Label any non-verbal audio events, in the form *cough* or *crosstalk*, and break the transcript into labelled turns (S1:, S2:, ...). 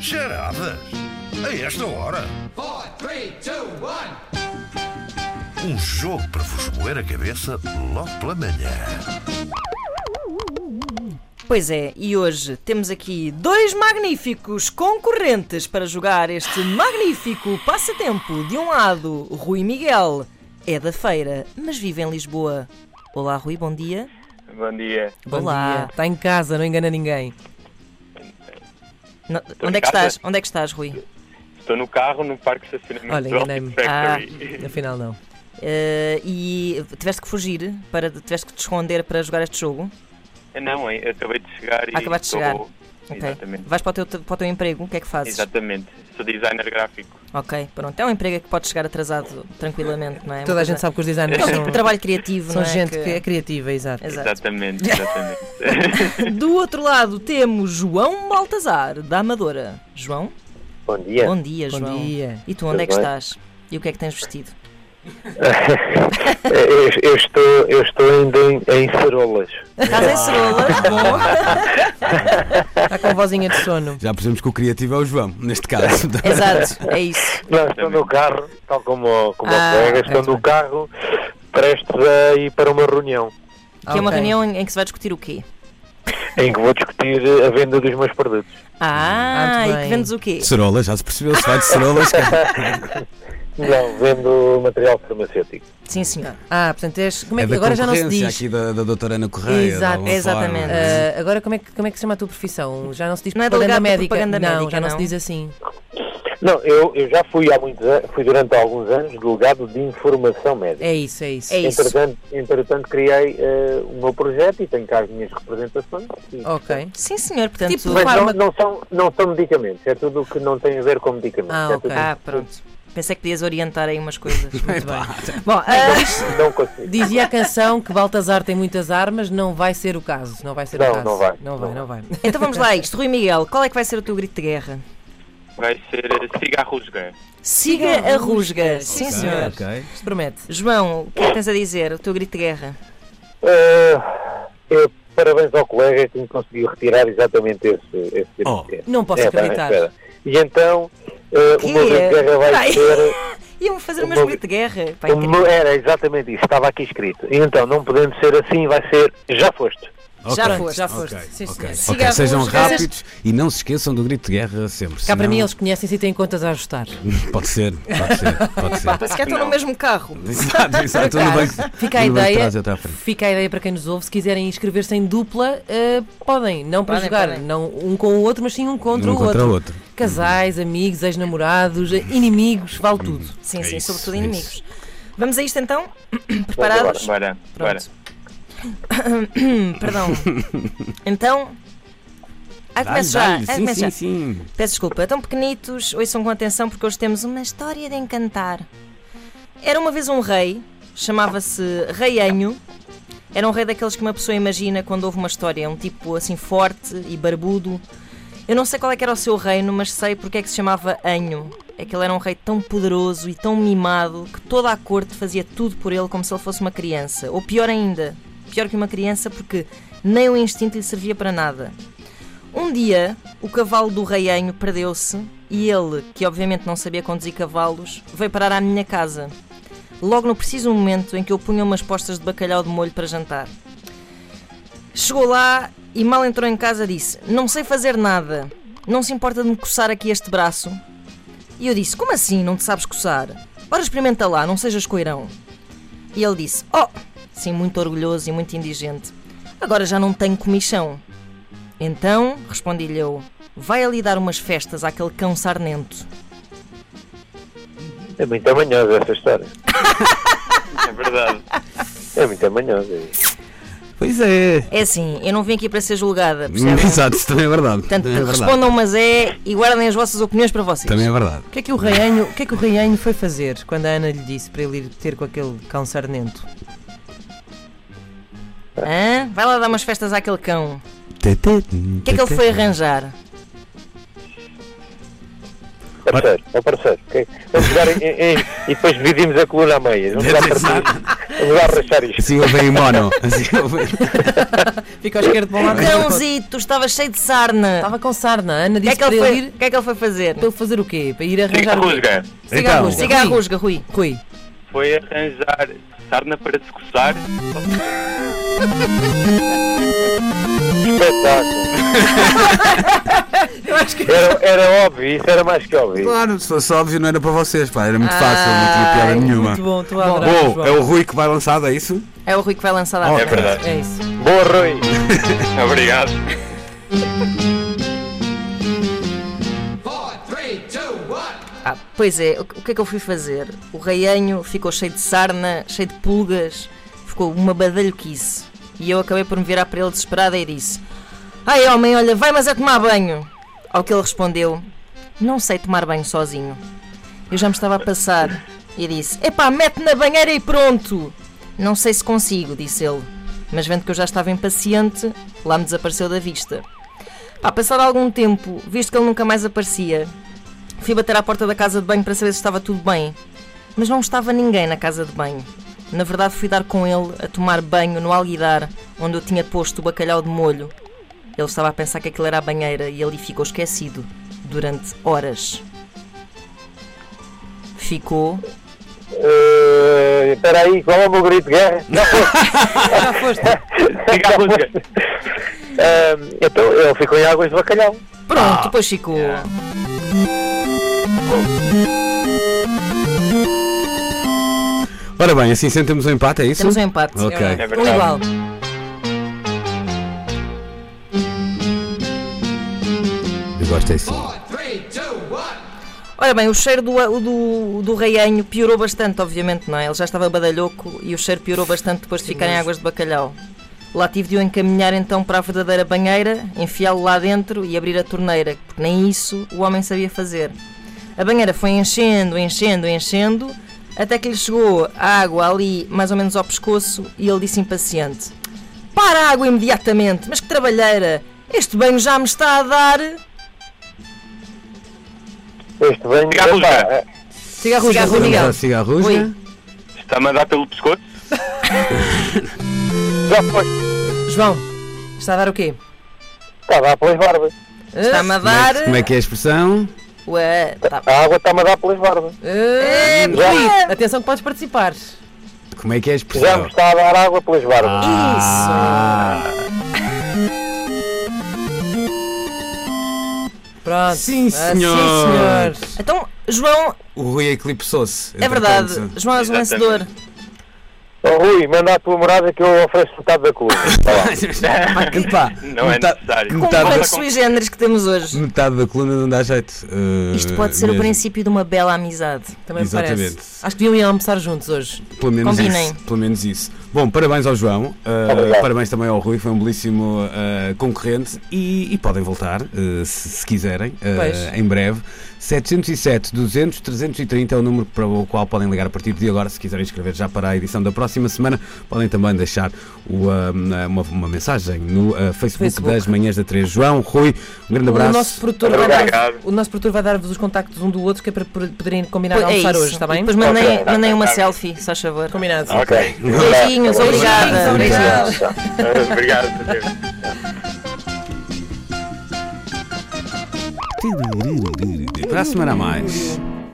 S1: Charadas? A esta hora?
S2: Four, three, two, one.
S1: Um jogo para vos moer a cabeça logo pela manhã.
S3: Pois é, e hoje temos aqui dois magníficos concorrentes para jogar este magnífico passatempo. De um lado, Rui Miguel, é da feira, mas vive em Lisboa. Olá, Rui, bom dia.
S4: Bom dia.
S5: Bom
S3: Olá.
S5: dia. Está em casa, não engana ninguém.
S3: No- onde é que
S4: em casa.
S3: estás? Onde é que estás, Rui?
S4: Estou no carro no parque de estacionamento
S5: Olha,
S4: do
S5: enganei-me. Ah,
S4: Office Factory.
S5: Afinal,
S3: É
S5: não.
S3: Eh, e tiveste que fugir, para, tiveste que te esconder para jogar este jogo?
S4: *laughs* Não, hein, acabei de chegar e.
S3: Ah. Acabaste de
S4: estou-
S3: chegar.
S4: Exatamente.
S3: Vais para o, teu, para o teu emprego, o que é que fazes?
S4: Exatamente. Sou designer gráfico.
S3: Ok, pronto. É um emprego a que pode chegar atrasado tranquilamente, não é? Uma
S5: Toda a
S3: coisa-
S5: gente sabe que os
S3: É
S5: designers
S3: um tipo de
S5: são,
S3: trabalho criativo,
S5: são
S3: não é?
S5: gente que é criativa, exato.
S3: Exato. *laughs*
S4: Exatamente, exatamente. *laughs*
S3: Do outro lado temos João Baltazar, da Amadora. João?
S6: Bom dia.
S3: Bom dia,
S5: Bom
S3: João.
S5: dia.
S3: E tu onde é que
S6: Tudo
S3: estás? E o que é que tens vestido?
S6: Eu, eu estou, eu estou ainda em, em Cerolas.
S3: Estás em Cerolas? Bom.
S5: Está Tá com vozinha de sono.
S7: Já percebemos que o criativo é o João, neste caso.
S3: *laughs*
S7: *laughs*
S3: Exato, é isso.
S6: Não, estou no carro, tal como, o- como o
S5: Ah,
S6: colega,
S5: muito
S6: estou no
S5: bem.
S6: carro prestes a ir para uma reunião
S3: *laughs* Que é uma
S5: Ok.
S3: reunião em em que se vai discutir o quê?
S6: em que vou discutir a venda dos meus produtos.
S3: Ah,
S5: Ah, muito
S3: e que
S5: bem.
S3: vendes o quê?
S7: Cerolas, já se percebeu, se vai de cerolas.
S6: Não, vendo material farmacêutico.
S3: Sim, senhor.
S5: Ah, portanto, és, como é
S7: É
S5: que,
S7: da
S5: agora já não se
S7: concorrência
S5: diz.
S7: aqui da, da doutora Ana Correia. de
S5: Exato,
S7: alguma
S3: exatamente.
S7: forma, não é?
S5: Ah, agora, como é, que, como é que se chama a tua profissão? Já não se diz
S3: Não é
S5: propaganda,
S3: delegado de
S5: médica.
S3: propaganda
S5: não,
S3: médica,
S5: já não,
S3: não.
S5: se diz assim.
S6: Não, eu, eu já fui há muitos anos, fui durante alguns anos delegado de informação médica.
S5: É isso, é isso.
S3: É isso.
S6: Entretanto, entretanto, criei eh, o meu projeto e tenho cá as minhas representações. E-
S5: Ok.
S3: Sim, senhor, portanto.
S5: Tipo-
S6: Mas não,
S5: Farma-
S6: não são, não são medicamentos, é tudo o que não tem a ver com medicamentos.
S5: Ah,
S6: é
S5: ok.
S6: tudo-
S3: Ah, pronto. Pensei que podias orientar aí umas coisas. Muito bem.
S5: Bom, ah,
S6: Não consigo.
S5: dizia a canção que Baltazar tem muitas armas, não vai ser o caso. Não vai ser o
S6: Não,
S5: caso.
S6: não vai.
S5: Não vai, não vai.
S3: Então vamos lá a isto. Rui Miguel, qual é que vai ser o teu grito de guerra?
S4: Vai ser eh, cigarros gay.
S3: Siga a rusga. Eh, Sim, senhor.
S7: Ok.
S5: Isto promete.
S3: João, o que é que tens a dizer? O teu grito de guerra?
S6: Ah, eu- parabéns ao colega que me conseguiu retirar exatamente esse. esse
S7: Oh,
S6: esse-
S5: não posso
S6: é, tá,
S5: acreditar. é?
S6: espera. E então, ah,
S3: Quê?
S6: o meu grito de guerra vai
S3: Ai.
S6: ser.
S3: Iam fazer o
S6: O
S3: mesmo
S6: meu-
S3: grito de guerra. Pá,
S6: o
S3: incrível.
S6: meu- era exatamente isso, estava aqui escrito. E então, não podendo ser assim, vai ser. Já foste.
S3: Já
S7: ok,
S3: foste.
S5: Já foste.
S7: ok,
S5: Sim,
S7: ok.
S5: senhor.
S7: Ok,
S3: Cigarros,
S7: Sejam
S3: vocês-
S7: rápidos e não se esqueçam do grito de guerra sempre.
S5: Cá para
S7: senão-
S5: mim eles conhecem-se e têm contas a ajustar.
S7: *laughs* Pode ser, pode ser, pode ser.
S3: Pá, se calhar estão no mesmo carro.
S7: Exato, exato. Tudo bem.
S5: Fica a
S7: tudo bem que
S5: ideia,
S7: traz outra à frente.
S5: fica a ideia para quem nos ouve, se quiserem inscrever-se em dupla, eh, podem, não para
S3: Podem,
S5: jogar,
S3: podem.
S5: não um com o outro, mas sim um contra,
S7: Um
S5: o,
S7: contra
S5: outro.
S7: o outro.
S5: Casais, amigos, ex-namorados, eh, inimigos, vale tudo.
S3: Sim,
S7: É
S3: sim,
S7: isso,
S3: sobretudo
S7: é
S3: inimigos. Vamos a isto então? *coughs* Preparados?
S4: Bora, bora.
S3: Pronto. *coughs* Perdão. Então. Ah, começo já.
S7: Dá-lhe,
S3: ah,
S7: Sim,
S3: começo já.
S7: sim, sim.
S3: Peço desculpa, tão pequenitos, ouçam com atenção porque hoje temos uma história de encantar. Era uma vez um rei, chamava-se Rei Anho. Era um rei daqueles que uma pessoa imagina quando ouve uma história, um tipo assim forte e barbudo. Eu não sei qual é que era o seu reino, mas sei porque é que se chamava Anho. É que ele era um rei tão poderoso e tão mimado que toda a corte fazia tudo por ele como se ele fosse uma criança. Ou pior ainda, pior que uma criança porque nem o instinto lhe servia para nada. Um dia, o cavalo do reianho perdeu-se e ele, que obviamente não sabia conduzir cavalos, veio parar à minha casa. Logo no preciso momento em que eu punha umas postas de bacalhau de molho para jantar. Chegou lá e mal entrou em casa disse: Não sei fazer nada, não se importa de me coçar aqui este braço? E eu disse: Como assim não te sabes coçar? Ora experimenta lá, não sejas coirão. E ele disse: Oh, sim, muito orgulhoso e muito indigente, agora já não tenho comichão. Então, respondi-lhe eu, vai ali dar umas festas àquele cão sarnento.
S6: É muito amanhosa essa história.
S4: É
S3: *laughs*
S4: verdade.
S6: É muito amanhosa.
S7: Pois é.
S3: É assim, eu não vim aqui para ser julgada, percebem?
S7: *laughs* Exato, isso também é verdade.
S3: Portanto,
S7: também é verdade.
S3: respondam, mas é, e guardem as vossas opiniões para vocês.
S7: Também é verdade.
S5: O que é que o Reianho, o que é que o Reianho foi fazer quando a Ana lhe disse para ele ir ter com aquele cão sarnento?
S3: Hã? Vai lá dar umas festas àquele cão.
S7: O
S3: O que é que ele foi arranjar?
S6: Parceiro, é parceiro. ok? Vamos jogar em, em- em- e depois dividimos a coluna à meia. Vamos jogar parceiro. É melhor rachar isto.
S7: Assim ouvem em mono. Assim ouvem.
S5: Fica ao esquerdo para um lado. e para o
S3: Então,
S5: outro.
S3: Zito, estava cheio de sarna.
S5: Estava com sarna. A Ana
S3: O que, é
S5: disse
S3: que ele
S5: para ele
S3: foi,
S5: ir.
S3: o que é que ele foi fazer?
S5: Para ele fazer o quê? Para ir arranjar. o quê?
S4: Cigarrusga
S7: Então,
S5: Cigarros.
S3: Siga a
S5: Rui.
S3: rusga, Rui.
S5: Rui.
S4: foi arranjar sarna para se coçar.
S5: *laughs*
S6: Espetáculo. Era, era óbvio, isso era mais que óbvio.
S7: Claro, se fosse óbvio não era para vocês, pá, era
S3: Ah,
S7: muito fácil, não tinha piada
S5: Ai,
S7: nenhuma.
S5: Muito bom, estou a adorar.
S7: Bom,
S5: João.
S7: é o Rui que vai lançado, é isso?
S3: É o Rui que vai lançar a
S7: Ok.
S4: É verdade.
S5: É isso.
S6: Boa, Rui.
S4: Obrigado.
S2: Four, three, two, one.
S3: Ah, pois é, o que o que é que eu fui fazer? O raianho ficou cheio de sarna, cheio de pulgas, ficou uma badalhoquice. E eu acabei por me virar para ele desesperada e disse: Ai homem, olha, vai mas é tomar banho. Ao que ele respondeu: Não sei tomar banho sozinho. Eu já me estava a passar e disse: Epá, mete na banheira e pronto! Não sei se consigo, disse ele. Mas vendo que eu já estava impaciente, lá me desapareceu da vista. Pá, passado algum tempo, visto que ele nunca mais aparecia, Fui bater à porta da casa de banho para saber se estava tudo bem, mas não estava ninguém na casa de banho. Na verdade, fui dar com ele a tomar banho no alguidar, onde eu tinha posto o bacalhau de molho. Ele estava a pensar que aquilo era a banheira e ali ficou esquecido durante horas. Ficou.
S6: Eh, Espera aí, qual é o meu grito de guerra?
S5: Já foste.
S4: Cigarrusga.
S6: Ah, então, ele ficou em águas de bacalhau.
S3: Pronto, depois ficou.
S7: Ora bem, assim sentamos o empate, é isso?
S3: Temos um empate.
S7: Ok.
S3: É
S7: É
S3: um
S4: verdade.
S3: igual.
S7: Eu gosto é assim.
S2: Four, three, two, one.
S3: Ora bem, o cheiro do, o do, do raianho piorou bastante, obviamente, não é? Ele já estava badalhoco e o cheiro piorou bastante depois de ficar em águas de bacalhau. Lá tive de o encaminhar então para a verdadeira banheira, enfiá-lo lá dentro e abrir a torneira, porque nem isso o homem sabia fazer. A banheira foi enchendo, enchendo, enchendo, até que lhe chegou a água ali mais ou menos ao pescoço e ele disse impaciente: Para a água imediatamente, mas que trabalheira! Este banho já me está a dar.
S6: Este banho.
S4: Cigarrusga.
S6: Epá,
S5: Cigarros.
S3: Cigarro,
S5: Rui.
S3: Miguel.
S7: Vamos à cigarrusga.
S3: Oi.
S4: Está-me a dar pelo pescoço? *laughs*
S6: Já foi.
S5: João, está a dar o quê?
S6: Está a dar pelas barbas.
S3: Está-me a dar.
S7: Como é que é a expressão?
S3: Ué, tá. É
S6: A água está-me a dar pelas barbas.
S5: Ah,
S6: Já.
S5: Rui, atenção que podes participar.
S7: Como é que é a
S6: Já me
S7: expressão? Ah,
S6: está a dar água pelas barbas.
S3: Ah.
S5: Pronto.
S7: Sim,
S5: Ah,
S7: senhor.
S5: Sim, senhor.
S3: Então, João,
S7: O Rui eclipsou-se.
S3: é verdade,
S7: *laughs* entretanto.
S3: João és o vencedor.
S6: Oh, Rui, manda a tua morada que eu ofereço metade da culpa. Está lá.
S7: Epá,
S4: Não é
S7: metade-
S4: necessário.
S3: Com
S7: Metade,
S3: tantos sui generis que temos hoje.
S7: metade da coluna não dá jeito. eh,
S3: Isto pode ser o
S7: mesmo.
S3: princípio de uma bela amizade.
S5: Também me
S7: Exatamente.
S5: parece. Acho que deviam ir almoçar juntos hoje.
S7: Pelo menos
S3: Combinem.
S7: isso. Pelo menos isso. Bom, parabéns ao João, uh,
S6: Obrigado.
S7: parabéns também ao Rui, foi um belíssimo uh, concorrente e, e podem voltar, uh, se, se quiserem, uh,
S5: Pois.
S7: em breve. 707 200 330 é o número para o qual podem ligar a partir de agora. Se quiserem escrever já para a edição da próxima semana, podem também deixar o, um, uma, uma mensagem no uh, Facebook,
S5: Facebook.
S7: das Manhãs da 3. João, Rui, um grande
S5: O
S7: abraço.
S5: nosso produtor vai dar,
S4: Obrigado.
S5: o nosso produtor vai dar-vos os contactos um do outro que é para para poderem combinar
S3: Pois,
S5: almoçar hoje, está
S3: E
S5: bem?
S3: Depois mandei,
S6: Ok.
S3: mandei uma selfie, só favor.
S5: Combinado.
S4: Ok.
S3: Beijinhos, obrigada.
S7: Obrigado.
S4: Obrigado. adeus.
S7: Para a semana a mais.